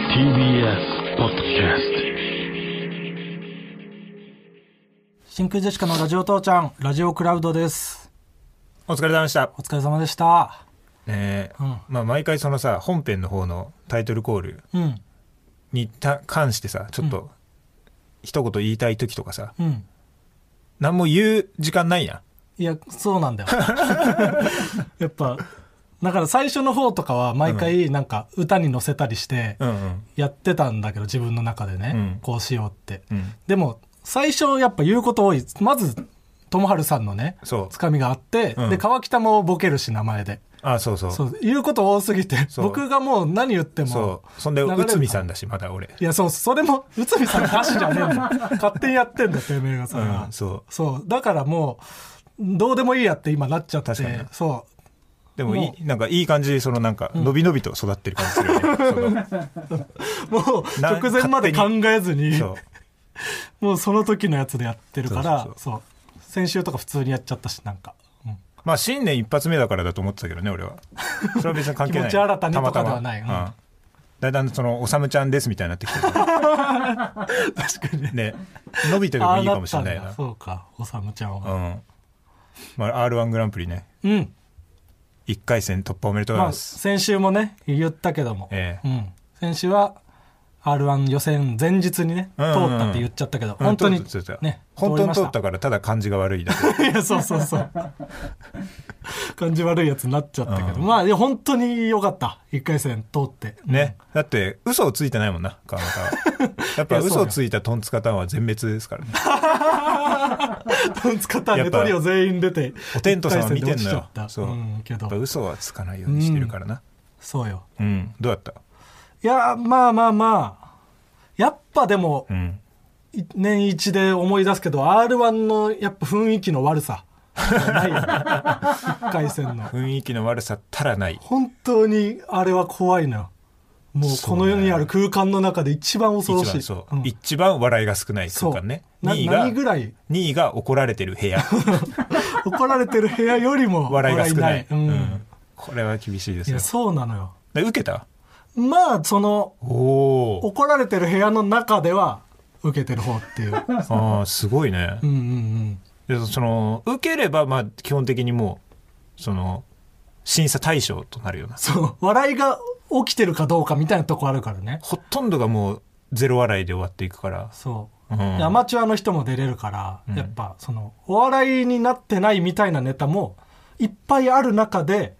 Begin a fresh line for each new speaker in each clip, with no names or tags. TBS ポッドキャス
真空ジェシカのラジオ父ちゃん、ラジオクラウドです。
お疲れ様でした。
お疲れ様でした。
えー
うん
まあ毎回そのさ、本編の方のタイトルコール
うん、
にた関してさ、ちょっと、一言言いたい時とかさ、
うん。
何も言う時間ないや
いや、そう なんだよ。やっぱ、だから最初の方とかは毎回なんか歌に乗せたりして
ん。うんうん。
やってたんだけど、自分の中でね、
うん
こうしようって。
うん。
でも、最初やっぱ言うこと多い。まず、ともはるさんのね、
そう
つかみがあって、
うん
で、川北もボケるし、名前で。
あ、そうそう。
そ
そう。
う、言うこと多すぎて、
そう
僕がもう何言っても。
そんで、
流れる
内海さんだし、まだ俺。
いや、そう、それも、内海さんの歌詞じゃねえんだ よ。勝手にやってんだよ、てめえがさ。
うん、そう。
そう。だからもう、どうでもいいやって今なっちゃって
確かに、
そ
でもい
も。
い、なんかいい感じ、そのなんか、伸び伸びと育ってる感じするよね。 そう
もう、
な
直前まで考えずに
の、そう。
もうその時のやつでやってるから、そ
そううそう
先週とか普通にやっちゃったし、なんか。うん
まあ新年一発目だからだと思ってたけどね俺はそれは別に関係ない
気持ち新たにとか
まま
ではないうん
うんだんだんその「おさむちゃんです」みたいになってきてる
確かにね。
ね伸びてで
あ
も
あ
いいか
な
も
っ
したれ
ん
ない
だ
な
そうか、おさむちゃん
う
は。
んまあ r 1グランプリね
うん。
1回戦突破おめでとうござ
まあ、
います、
先週もね、言ったけども。
ええ
うん。先週は、R1 予選前日にね、通
うんうんうん
ったって言っちゃったけど、
うん
本当に
通った通った、
ね、
本当
り
に
ま
通
し
ったからただ感じが悪いだけ
いや、そうそうそう。感じ悪いやつになっちゃったけど。
うん
まあ、いや、本当に良かった。一回戦通って。
ねだって嘘をついてないもんな川中はやっぱ
いやそうよ
嘘をついたトンツカタンは全滅ですからね
トンツカタン
や
ネ
っぱ
トリオ全員出て。
お天道さんは見てん
一回戦で落ち
の
ちゃっ
よ
た
そう、
うんけ
や
ど
っぱ。嘘はつかないようにしてるからな
そうよ。
うん、どうだった
いや、まあまあまあ。やっぱでも
う、ん
い年一で思い出すけど、R1 のやっぱ雰囲気の悪さ。ない よね。一回戦の。
雰囲気の悪さたらない
本当に、あれは怖いのよ。もう、この世にある空間の中で一番恐ろ
一
しい。
番そ
う
う、
ん
一番笑いが少ない空間ね
そうな
2位
何ぐ
が
らい
2位が怒られてる 部屋
怒られてる部屋よりも
笑いが少ない
笑うん
うんこれは厳しいです
い
よ
やそうなのよ
で受けた
まあその
おお
怒られてる部屋の中では受けてる方っていう う
あーすごいね
んうんうん
でその受ければまあ基本的にもうその審査対象となるような
そう笑いが起きてるかどうかみたいなとこあるからね
ほとんどがもうゼロ笑いで終わっていくから、
そう、
うん
でアマチュアの人も出れるから、
うん
やっぱそのお笑いになってないみたいなネタもいっぱいある中で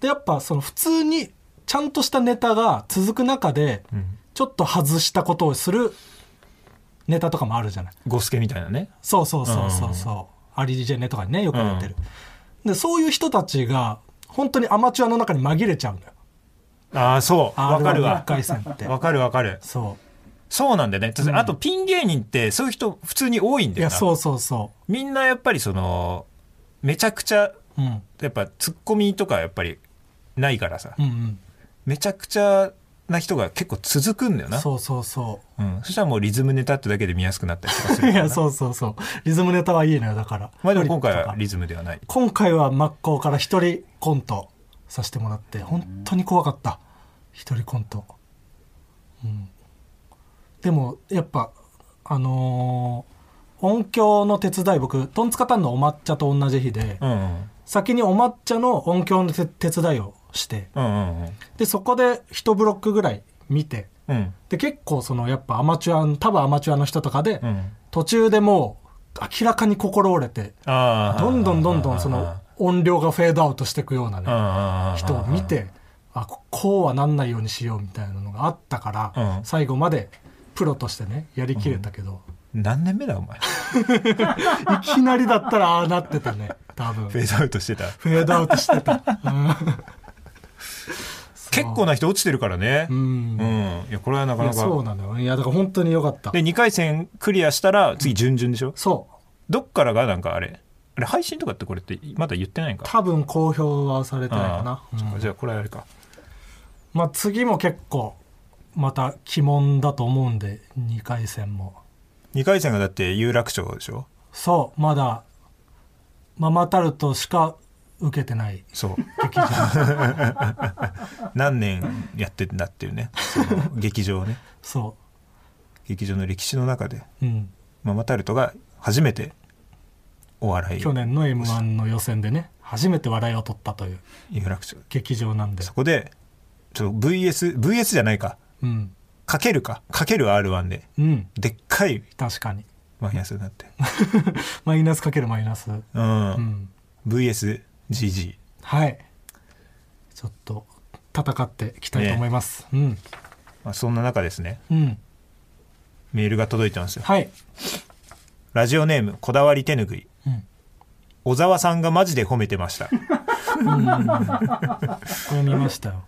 でやっぱその普通にちゃんとしたネタが続く中で、
うん、
ちょっと外したことをするネタとかもあるじゃない
ゴスケみたいなね
そうそうそうそうそう、アリジェネとかにねよくやってる、でそういう人たちが本当にアマチュアの中に紛れちゃうのよ
ああそうわか
R1
る
の
わ
一回戦って
わかるわかる
そ
そうなんだよね、あとピン芸人ってそういう人普通に多いん
うい
だよ
や
な
そうそうそ
みんなやっぱりそのめちゃくちゃ
う、うん、
やっぱツッコミとかやっぱりないからさ、
うんうん
めちゃくちゃな人が結構続くんだよな
そうそうそ
うん、そしたらもうリズムネタってだけで見やすくなったりとかす
う
る
い
から
や
な
そうそうそうリズムネタはいいのよだから
まあでも今回
フリップと
は
か
リズムではない
今回は真っ向から一人コントさせてもらって本当に怖かった一人コント、うん、でもやっぱあのー音響の手伝い僕トンツカタンのお抹茶と同じ日で、
うんうん
先にお抹茶の音響の手手伝いをして
うんうんうん
でそこで一ブロックぐらい見て
うん
で結構そのやっぱアマチュア多分アマチュアの人とかで、
うん
途中でもう明らかに心折れて
ああ
どんどんどんどんその音量がフェードアウトしていくようなね人を見てあここうはなんないようにしようみたいなのがあったから、
うん
最後までプロとしてねやりきれたけど、
何年目だ お前
いきなりだったらああなってたね多分フ
フェードアウトしてた
ェードアウトしてた、うん
結構な人落ちてるからね
う、
うんいやこれはなか
い
な
やそう
か
なのよいやだから本当によかった
で2回戦クリアしたら次準々でしょ
そう
どっからがなんかあれあれ配信とかってこれってまだ言ってないんか
多分公表はされてないかな
あ、ーそっか
うん
じゃあこれあれか
まあ次も結構また鬼門だと思うんで2回戦も
2回戦がだって有楽町でしょ
そうまだママタルトしか受けてない
そう
劇場
何年やってんだっていうねその劇場をね
そ
劇場の歴史の中で
う、うん、
ママタルトが初めてお笑い
去年の m 1の予選でね初めて笑いを取ったという
有楽町
劇場なんで
そ、こでちょっと VSVS じゃないか
うん
かけるかかける r 1で
うん、
でっかい
確かに
マイナスになって
マイナスかけるマイナス、
う
うんん、
VSGG
はいちょっと戦っていきたいと思います、
まあそんな中ですね
うんうん
メールが届いてますよ
はい、
ラジオネームこだわり手ぬぐい
うん、
小沢さんがマジで褒めてま した
これ見ましたよ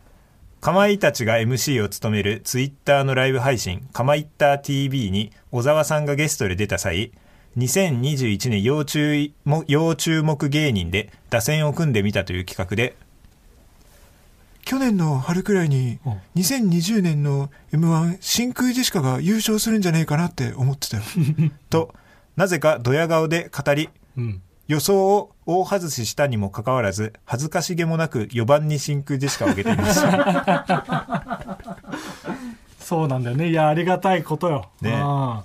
かまいたちが MC を務めるツイッターのライブ配信「かまいったー TV」に小沢さんがゲストで出た際2021年要注意も要注目芸人で打線を組んでみたという企画で去年の春くらいに
うん
2020年の m 1真空ジェシカが優勝するんじゃねえかなって思ってたよ となぜかドヤ顔で語り
うん
予想を大外ししたにもかかわらず恥ずかしげもなく4番に真空ジェシカを挙げていました
そうなんだよねいやありがたいことよ、
ね
ああ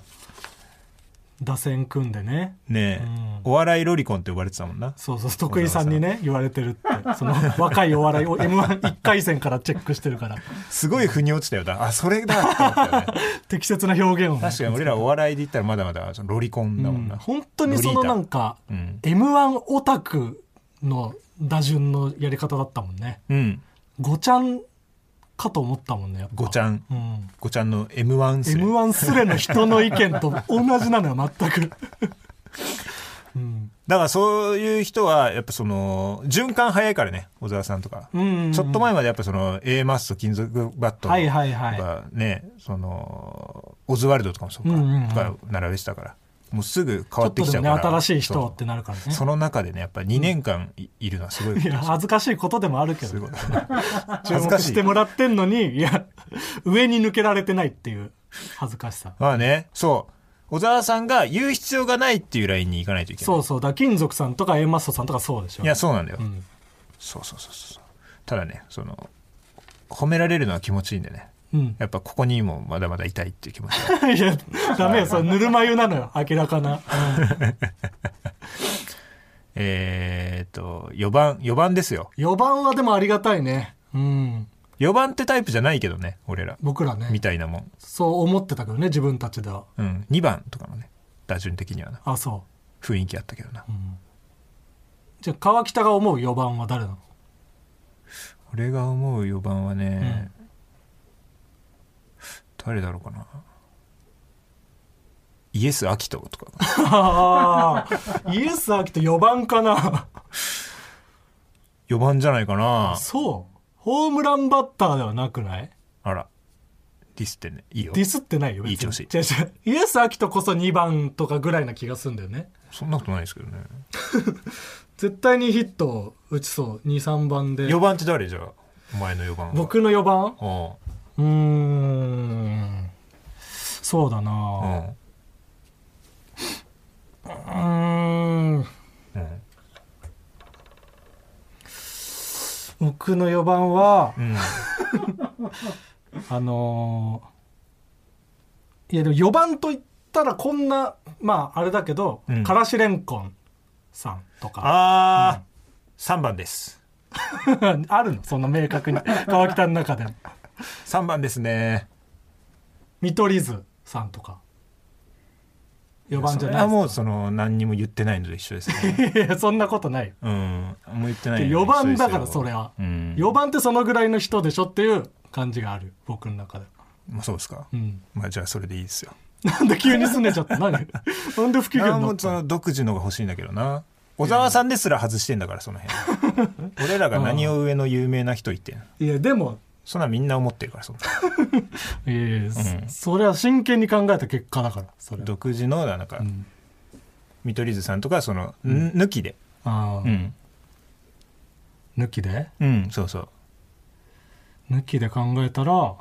打線組んでね
ねえ、
うん
お笑いロリコンって呼ばれてたもんな
そうそう徳井さんにね言われてるってその若いお笑いを m 1 1回戦からチェックしてるから
すごい腑に落ちたよだあそれだって思ったよね
適切な表現をね、
確かに俺らお笑いで言ったらまだまだそのロリコンだもんな、
うん本当にそのなんか、
うん
m 1オタクの打順のやり方だったもんね
うん
ごちゃんかと思ったもんねやっぱ
ごちゃん
うん
ごちゃんの m 1す
m
る
1スレの人の意見と同じなのよ全 くうん
だからそういう人はやっぱその循環早いからね小沢さんとか、
うん
ちょっと前までやっぱその A マスと金属バットとか、
はいはいはい
ねそのオズワルドとかもそうか、
うんうんうん
とか並べてたからもうすぐ変
ちょ
わ
っ
って
と
きち
で
ゃう
も
か
ね新
ら
しい人
そう
ってなるからね
その中でねやっぱ2年間い,、るのはすごいこと
いや恥ずかしいことでもあるけ
す
ど
ごい
注
恥ず
目
かし
し
い
てもらってんのにいや上に抜けられてないっていう恥ずかしさ
まあねそう小沢さんが言う必要がないっていうラインに行かないといけない
そうそうだ金属さんとか A マストさんとかそうでしょ
いやそうなんだよ、
うん
そうそうそうそうただねその褒められるのは気持ちいいんでね
うん、
やっぱここにもまだまだいたいっていう気持ちが
いやダメよそれぬるま湯なのよ明らかな、
えーっと4番4番ですよ
うん、4番はでもありがたいねうん
4番ってタイプじゃないけどね俺ら
僕ら
み
ね
たいなもん、
そう思ってたけどね自分たちでは
うん、2番とかもね打順的にはな
あそ
雰囲気あったけどな
うじゃあ川北が思う4番は誰 なの
俺が思う4番はね、誰だろうかなイエス・アキトとかかな
ああイエス・アキと4番かな
4番じゃないかな
そうホームランバッターではなくない
あらディスってねいいよ
ディスってないよ別に
いい調子
違う違うイエス・アキトこそ2番とかぐらいな気がするんだよね
そんなことないですけどね
絶対にヒットを打ちそう23番で
4番って誰じゃあお前の4番は
僕の4番
おう
うーんそうだな
うん
うーん
うん
僕の4番は
うん
あのーいやでも4番と言ったらこんなまああれだけど、
うん
からしれんこんさんとか
あー、3番です
あるのそんな明確に川北の中でも
3番ですね
見取り図さんとか4番じゃ
それは
ない
もうその何にも言ってないのと一緒ですね
ですかいやそんなことないよ
うんもう言ってないのと一緒ですよ
4番だからそれは、
うん
4番ってそのぐらいの人でしょっていう感じがある僕の中で、
まあそうですか、
うん、
まあじゃあそれでいいですよ
なんで急にすねちゃ った何なんで不機嫌
あ
に
も
なっ
うそ
たの
の独自のが欲しいんだけどな小沢さんですら外してんだからその辺 俺らが何を上の有名な人言ってん
いやでも
そんなんみんな思ってるからそんない
やいや
ん
そそれは真剣に考えた結果だからそれは
独自のだなんか、
ん
見取り図さんとかその、ん抜きで
あ
う
ー
ん、
抜きで
うん、そうそう
抜きで考えたら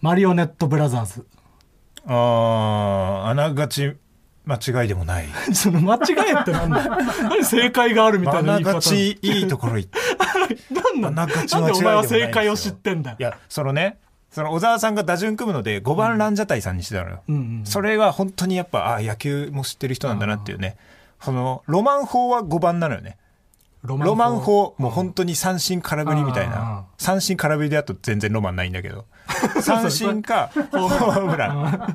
マリオネットブラザーズ
あーあながち間違いでもない。
その間違えってなん だよ。何正解がある みた
あ
いな
な
言い方。
がちいいところ行って。
なんなん
あながち間違いでもな
ん
い
で
です
お
よ
前は正解を知ってんだよ。
いや、そのね、その小沢さんが打順組むので5番ランジャタイさんにしてたのよ。
うんうん
それは本当にやっぱ、あ野球も知ってる人なんだなっていうね。その、ロマン法は5番なのよね。
ロ
ロマン
法
法、もう本当に三振空振りみたい
あ
な。三振空振りだと全然ロマンないんだけ ど。三振か、ホームラン。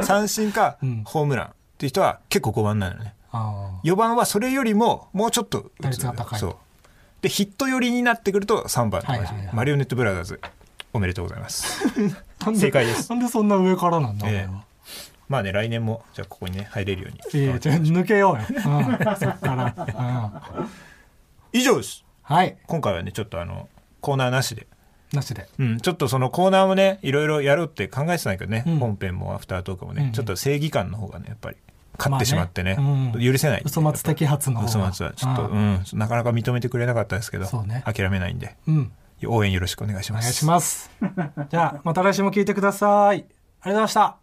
三振か
うん、
ホームランっていう人は結構5番なのよね。
あ
4番はそれよりももうちょっと打つ
打率が高い
そうでヒット寄りになってくると3番と同じ、
はいはいはい
マリオネットブラザーズおめでとうございます
ーなん
正解です
なんでそんな上からなんだ、お前は
まあね来年もじゃあここにね入れるように
いやいやじゃあ抜けようよ、うん、そっから、うん、
以上です
はい
今回はねちょっとあのコーナーなしで
なしで
うん、ちょっとそのコーナーもねいろいろやろうって考えてたんだけどね、
うん
本編もアフタートークもね、
うんうん
ちょっと正義感の方がねやっぱり勝
まあ
って
ね
しまってね,、
うん
許せない
嘘松摘発の方が
嘘松はちょっと、うんなかなか認めてくれなかったですけど、
そうね
諦めないんで
うん
応援よろしくお願いし
お
ま
願い
す
しますじゃあまた来週も聞いてくださいありがとうございました